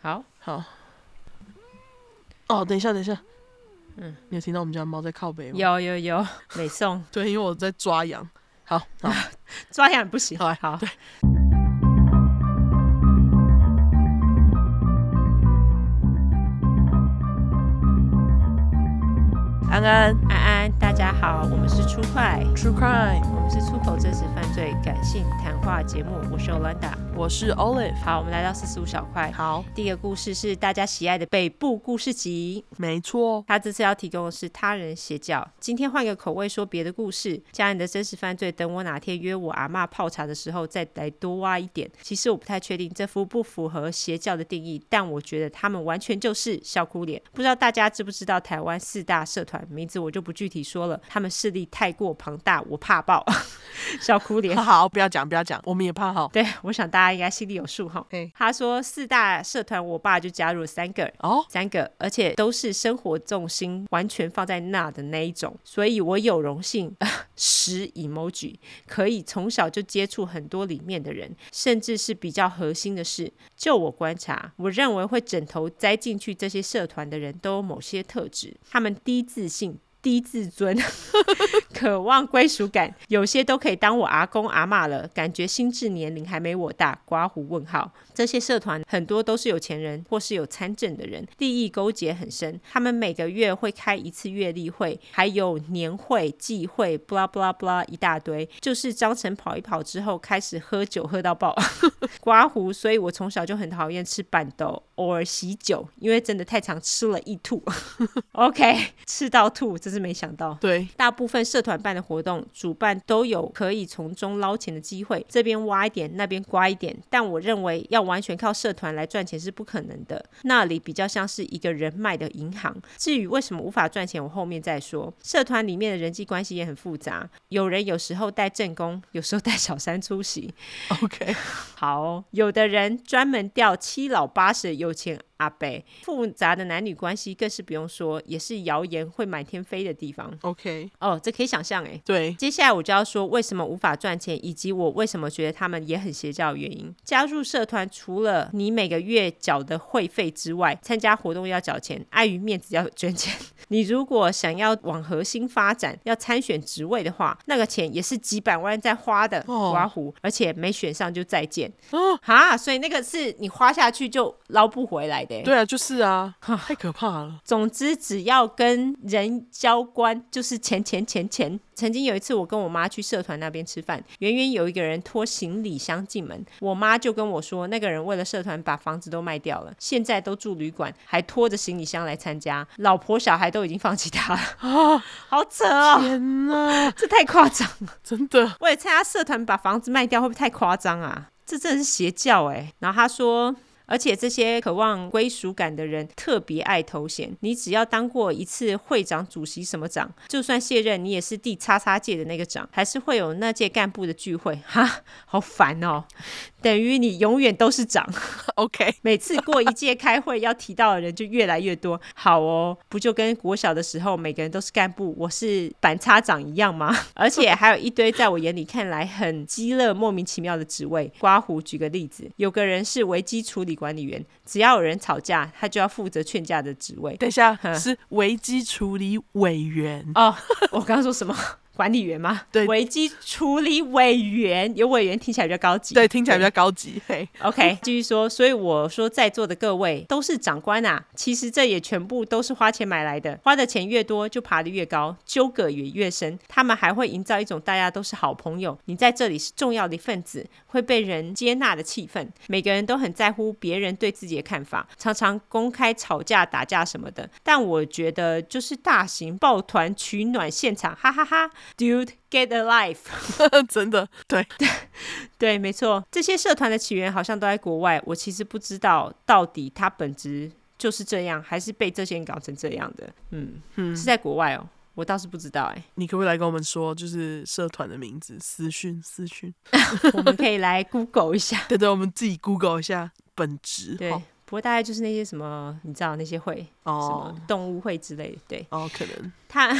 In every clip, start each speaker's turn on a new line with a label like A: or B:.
A: 好，
B: 好。哦，等一下，等一下。嗯，你有听到我们家猫在靠北吗？。
A: 有有有，美 颂
B: 对，因为我在抓羊。好，好，
A: 抓痒不行，好，
B: 安安
A: 安安，大家好，我们是出快，
B: ，True Crime，
A: 我们是出口真实犯罪感性谈话节目，我是 Olanda。
B: 我是 Olive。
A: 好，我们来到四十五小块。
B: 好，
A: 第一个故事是大家喜爱的北部故事集，
B: 没错，
A: 他这次要提供的是他人邪教。今天换个口味说别的故事，家人的真实犯罪，等我哪天约我阿嬷泡茶的时候再来多挖一点。其实我不太确定这符不符合邪教的定义，但我觉得他们完全就是笑哭脸。不知道大家知不知道台湾四大社团名字，我就不具体说了，他们势力太过庞大，我怕爆， 笑哭脸
B: 好。好，不要讲，不要讲，我们也怕好。
A: 对，我想大家应该心里有数哈
B: 嘿。
A: 他说四大社团，我爸就加入了三个，
B: 哦，
A: 三个，而且都是生活重心完全放在那的那一种，所以我有荣幸 十 emoji 可以从小就接触很多里面的人，甚至是比较核心的事。就我观察，我认为会枕头栽进去这些社团的人都有某些特质，他们低自信。低自尊，渴望归属感，有些都可以当我阿公阿嬷了，感觉心智年龄还没我大。刮胡问号，这些社团很多都是有钱人或是有参政的人，利益勾结很深。他们每个月会开一次月例会，还有年会、季会，blah blah blah 一大堆。就是张晨跑一跑之后，开始喝酒喝到爆， 刮胡。所以我从小就很讨厌吃板豆，偶尔喜酒，因为真的太常吃了易吐。OK，吃到吐，真是没想到。
B: 对，
A: 大部分社团办的活动，主办都有可以从中捞钱的机会，这边挖一点，那边刮一点。但我认为要完全靠社团来赚钱是不可能的，那里比较像是一个人脉的银行。至于为什么无法赚钱，我后面再说。社团里面的人际关系也很复杂，有人有时候带正宫，有时候带小三出席，
B: ，OK，
A: 好哦，有的人专门钓七老八十的有钱阿伯，复杂的男女关系更是不用说，也是谣言会满天飞的地方。
B: OK，
A: 哦，这可以想象诶。
B: 对，
A: 接下来我就要说为什么无法赚钱，以及我为什么觉得他们也很邪教的原因。加入社团除了你每个月缴的会费之外，参加活动要缴钱，碍于面子要捐钱。 你如果想要往核心发展，要参选职位的话，那个钱也是几百万在花的，
B: 哦
A: 刮胡，而且没选上就再见。
B: 哦
A: 哈，所以那个是你花下去就捞不回来的欸。
B: 对啊，就是啊，太可怕了。
A: 总之，只要跟人交关，就是钱钱钱钱。曾经有一次，我跟我妈去社团那边吃饭，远远有一个人拖行李箱进门，我妈就跟我说，那个人为了社团把房子都卖掉了，现在都住旅馆，还拖着行李箱来参加，老婆小孩都已经放弃他了， 好扯哦，
B: 啊天哪，
A: 这太夸张了。
B: 真的，
A: 为了参加社团把房子卖掉，会不会太夸张啊？这真的是邪教哎、然后他说。而且这些渴望归属感的人特别爱头衔，你只要当过一次会长、主席什么长，就算卸任，你也是第叉叉届的那个长，还是会有那届干部的聚会，哈，好烦哦，等于你永远都是长。
B: ，OK，
A: 每次过一届开会要提到的人就越来越多。好哦，不就跟国小的时候每个人都是干部，我是板擦长一样吗？ 而且还有一堆在我眼里看来很鸡肋、莫名其妙的职位。刮胡举个例子，有个人是危机处理管理员，只要有人吵架，他就要负责劝架的职位。
B: 等一下
A: 呵
B: 是危机处理委员，
A: 哦， 我刚刚说什么？管理员吗？
B: 对
A: 危机处理委员，有委员听起来比较高级。
B: 对，听起来比较高级，嘿，
A: OK，继续说。所以我说，在座的各位都是长官啊，其实这也全部都是花钱买来的。花的钱越多，就爬得越高，纠葛也越深。他们还会营造一种大家都是好朋友，你在这里是重要的一份子，会被人接纳的气氛。每个人都很在乎别人对自己的看法，常常公开吵架、打架什么的。但我觉得，就是大型抱团取暖现场，哈哈哈，Dude。Get a life！
B: 真的，对，
A: 对，没错，这些社团的起源好像都在国外，我其实不知道到底它本质就是这样，还是被这些人搞成这样的。嗯，
B: 嗯
A: 是在国外哦，我倒是不知道 哎、
B: 你可不可以来跟我们说，就是社团的名字？私讯，私讯。
A: 我们可以来 Google 一下。
B: 对对，我们自己 Google 一下本职。
A: 对
B: 好，
A: 不过大概就是那些什么，你知道那些会什么
B: 哦
A: 动物会之类的，对。
B: 哦，可能
A: 他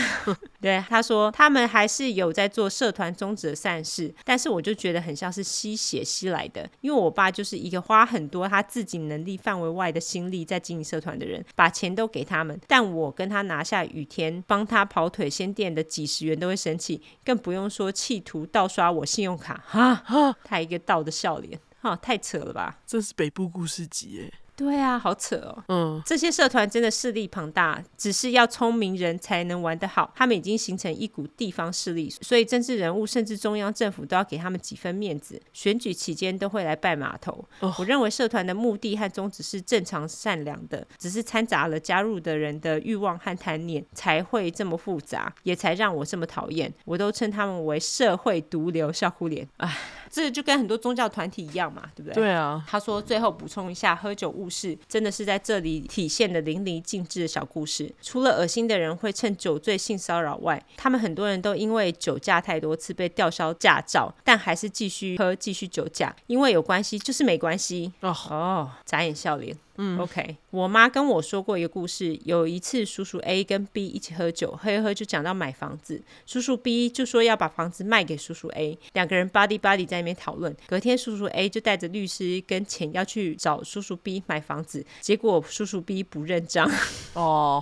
A: 对他说，他们还是有在做社团宗旨的善事，但是我就觉得很像是吸血吸来的，因为我爸就是一个花很多他自己能力范围外的心力在经营社团的人，把钱都给他们，但我跟他拿下雨天帮他跑腿先垫的几十元都会生气，更不用说企图盗刷我信用卡，哈，他一个盗的笑脸，哈，太扯了吧？
B: 这是北部故事集耶。
A: 对啊，好扯哦。
B: 嗯，
A: 这些社团真的势力庞大，只是要聪明人才能玩得好。他们已经形成一股地方势力，所以政治人物甚至中央政府都要给他们几分面子。选举期间都会来拜码头。
B: 哦
A: 我认为社团的目的和宗旨是正常善良的，只是掺杂了加入的人的欲望和贪念，才会这么复杂，也才让我这么讨厌。我都称他们为社会毒瘤笑哭脸。唉，这就跟很多宗教团体一样嘛，对不对？
B: 对啊，
A: 他说：“最后补充一下，喝酒误事真的是在这里体现的淋漓尽致的小故事。除了恶心的人会趁酒醉性骚扰外，他们很多人都因为酒驾太多次被吊销驾照，但还是继续喝、继续酒驾，因为有关系就是没关系。
B: 哦，
A: 哦，眨眼笑脸。嗯，OK。我妈跟我说过一个故事，有一次叔叔 A 跟 B 一起喝酒，喝一喝就讲到买房子，叔叔 B 就说要把房子卖给叔叔 A，两个人 buddy buddy 在那边讨论。隔天叔叔 A 就带着律师跟钱要去找叔叔 B 买房子，结果叔叔 B 不认账，
B: 哦，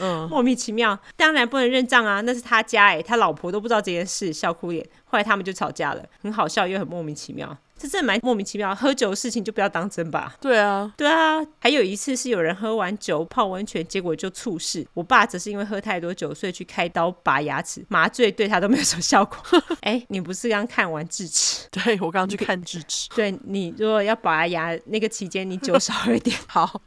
B: 嗯，
A: 莫名其妙。当然不能认账啊，那是他家哎、他老婆都不知道这件事，笑哭脸。后来他们就吵架了，很好笑又很莫名其妙。这真的蛮莫名其妙，喝酒的事情就不要当真吧。
B: 对啊，
A: 对啊，还有一次是有人喝完酒泡温泉，结果就猝死。我爸则是因为喝太多酒，所以去开刀拔牙齿，麻醉对他都没有什么效果。 哎、你不是刚看完智齿？
B: 对我刚刚去看智齿。
A: 对你如果要拔牙那个期间，你酒少一点。
B: 好，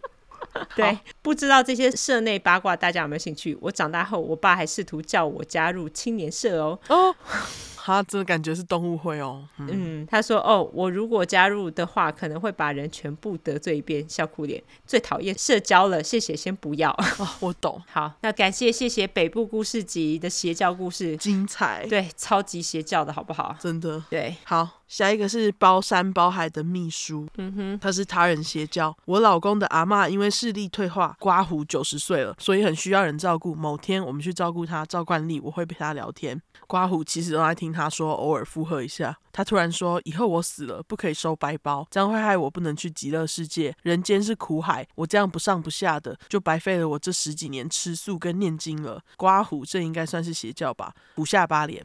A: 对，不知道这些社内八卦大家有没有兴趣？我长大后，我爸还试图叫我加入青年社哦。
B: 哦， 哈，真的感觉是动物会哦。嗯，
A: 嗯，他说：“哦，我如果加入的话，可能会把人全部得罪一遍。”笑哭脸，最讨厌社交了，谢谢，先不要。
B: 哦，我懂，
A: 好，那感谢谢谢北部故事集的邪教故事，
B: 精彩，
A: 对，超级邪教的好不好？
B: 真的。
A: 对，
B: 好，下一个是包山包海的秘书，嗯哼，他是他人邪教。我老公的阿嬷因为视力退化，刮胡九十岁了，所以很需要人照顾。某天我们去照顾他，照惯例我会陪他聊天。刮胡其实都在听他说，偶尔附和一下。他突然说：“以后我死了，不可以收白包，这样会害我不能去极乐世界。人间是苦海，我这样不上不下的，就白费了我这十几年吃素跟念经了。”刮胡，这应该算是邪教吧？虎下巴脸。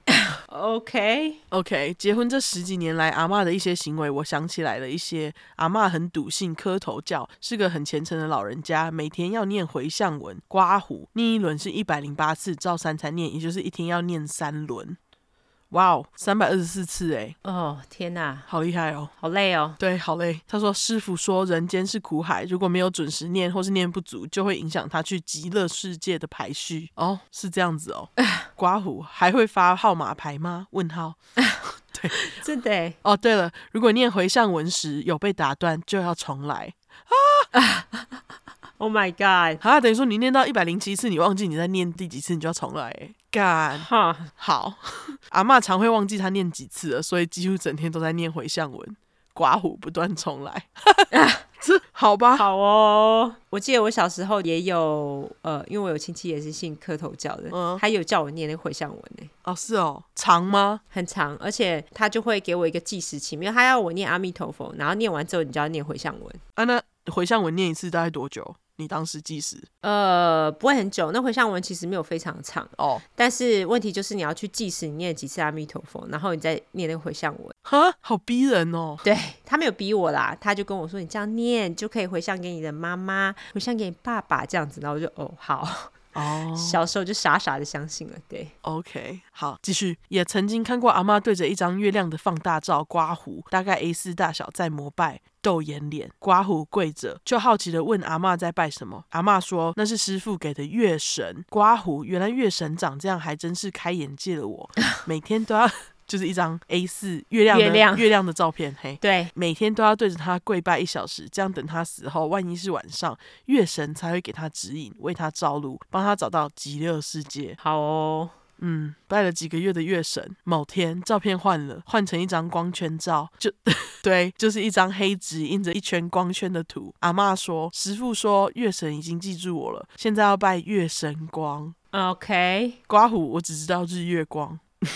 A: OK，
B: OK，结婚这十几年来，阿嬷的一些行为，我想起来了一些。阿嬷很笃信磕头教，是个很虔诚的老人家，每天要念回向文、刮胡，念一轮是一百零八次，照三餐念，也就是一天要念三轮。哇哦，三百二十四次诶，
A: 哦，天哪，
B: 好厉害哦！
A: 好累哦，
B: 对，好嘞。他说，师傅说人间是苦海，如果没有准时念或是念不足，就会影响他去极乐世界的排序。哦，是这样子哦。刮胡还会发号码牌吗？问号。
A: 真的耶，
B: 哦，对了，如果念回向文时有被打断，就要重来。
A: ，Oh my God，
B: 啊，等于说你念到一百零七次，你忘记你在念第几次，你就要重来欸。干
A: 哈，
B: 好， 阿嬷常会忘记她念几次了，所以几乎整天都在念回向文，刮胡不断重来。 是好吧？
A: 好哦，我记得我小时候也有，呃，因为我有亲戚也是信磕头教的，
B: 嗯
A: 他有叫我念那个回向文呢。
B: 哦，是哦，长吗？
A: 很长，而且他就会给我一个计时器，因为他要我念阿弥陀佛，然后念完之后你就要念回向文。
B: 啊，那回向文念一次大概多久？你当时计时
A: 呃，不会很久，那回向文其实没有非常长，
B: 哦？
A: 但是问题就是你要去计时，你念几次阿弥陀佛，然后你再念那个回向文。
B: 哈，好逼人哦。
A: 对他没有逼我啦，他就跟我说你这样念就可以回向给你的妈妈，回向给你爸爸这样子。然后我就哦好，
B: 哦，
A: 小时候就傻傻的相信了。对，
B: OK，好，继续。也曾经看过阿妈对着一张月亮的放大照刮胡，大概 A 4大小在膜拜。豆眼脸，刮胡跪着，就好奇的问阿妈在拜什么。阿妈说那是师傅给的月神。刮胡，原来月神长这样，还真是开眼界了 我。每天都要就是一张 A 4月亮的
A: 月亮
B: 月亮的照片，嘿，
A: 对，
B: 每天都要对着他跪拜一小时，这样等他死后，万一是晚上，月神才会给他指引，为他照路，帮他找到极乐世界。
A: 好哦，
B: 嗯，拜了几个月的月神，某天照片换了，换成一张光圈照，就 对，就是一张黑纸印着一圈光圈的图。阿嬷说，师傅说月神已经记住我了，现在要拜月神光。
A: OK，
B: 刮胡，我只知道日月光。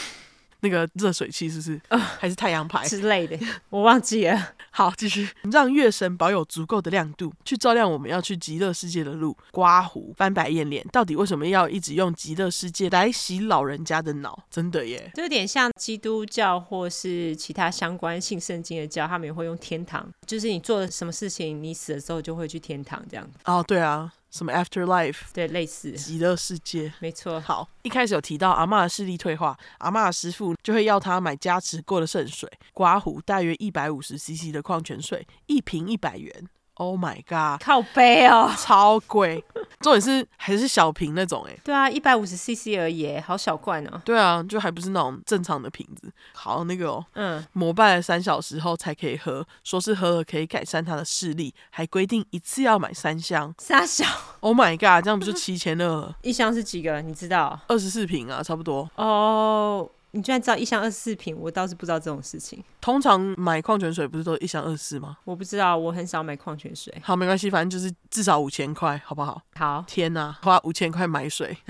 B: 那个热水器是不是？还是太阳牌？
A: 之类的，我忘记了。
B: 好，继续让月神保有足够的亮度，去照亮我们要去极乐世界的路。刮胡翻白眼脸，到底为什么要一直用极乐世界来洗老人家的脑？真的耶！
A: 这有点像基督教或是其他相关信圣经的教，他们也会用天堂，就是你做了什么事情，你死了之后就会去天堂，这样
B: 哦，对啊，什么 afterlife
A: 对，类似，
B: 极乐世界。
A: 没错。
B: 好，一开始有提到阿嬷的视力退化，阿嬷的师傅就会要她买加持过的圣水，刮胡大约一百五十 CC 的矿泉水，一瓶一百元。Oh my god，
A: 靠背哦，
B: 超贵！重点是还是小瓶那种哎、
A: 对啊，一百五十 CC 而已，好小罐哦。
B: 对啊，就还不是那种正常的瓶子。好，那个哦，
A: 嗯，
B: 膜拜了三小时后才可以喝，说是喝了可以改善他的视力，还规定一次要买三箱。
A: 傻小，
B: Oh my god，这样不就七千二了？
A: 一箱是几个？你知道？
B: 二十四瓶啊，差不多。
A: 哦，你居然知道一箱二十四瓶，我倒是不知道这种事情。
B: 通常买矿泉水不是都一箱二四吗？
A: 我不知道，我很少买矿泉水。
B: 好，没关系，反正就是至少五千块，好不好？
A: 好，
B: 天呐、花五千块买水，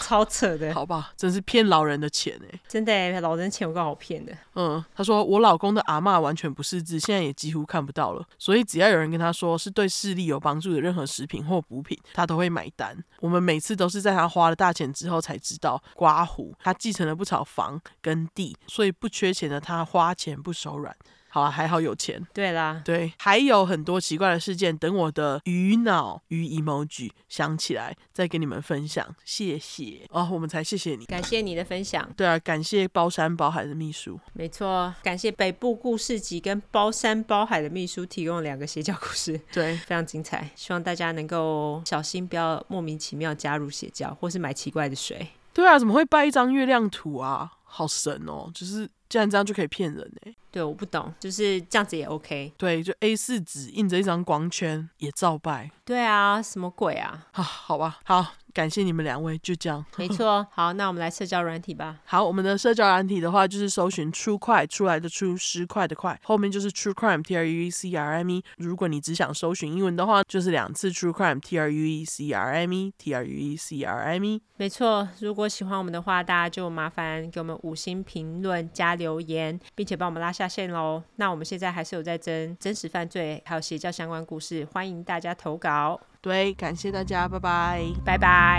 A: 超扯的，
B: 好吧，真是骗老人的钱哎、
A: 真的耶，老人钱有个好骗的。
B: 嗯，他说我老公的阿嬷完全不识字，现在也几乎看不到了，所以只要有人跟他说是对视力有帮助的任何食品或补品，他都会买单。我们每次都是在他花了大钱之后才知道，刮胡他继承了不少房跟地，所以不缺钱的他花钱不手软。好啊，还好有钱。
A: 对啦，
B: 对，还有很多奇怪的事件，等我的鱼脑鱼 emoji 想起来再跟你们分享，谢谢哦，我们才谢谢你。
A: 感谢你的分享。
B: 对啊，感谢包山包海的秘书。
A: 没错，感谢北部故事集跟包山包海的秘书提供了两个邪教故事，
B: 对，
A: 非常精彩。希望大家能够小心，不要莫名其妙加入邪教，或是买奇怪的水。
B: 对啊，怎么会拜一张月亮图啊？好神哦！就是竟然这样就可以骗人哎。
A: 对，我不懂，就是这样子也 OK。
B: 对，就 A 四纸印着一张光圈也照拜
A: 对啊，什么鬼啊？
B: 啊，好吧，好，感谢你们两位，就这样。
A: 没错。好，那我们来社交软体吧。
B: 好，我们的社交软体的话，就是搜寻“出快”出来的“出”，失快的“快”，后面就是 “True Crime” T R U E C R M E。如果你只想搜寻英文的话，就是两次 “True Crime” T R U E C R M E T R U E C R M E。
A: 没错，如果喜欢我们的话，大家就麻烦给我们五星评论加留言，并且帮我们拉下线喽。那我们现在还是有在征真实犯罪，还有邪教相关故事，欢迎大家投稿。
B: 对，感谢大家，拜拜。
A: 拜拜。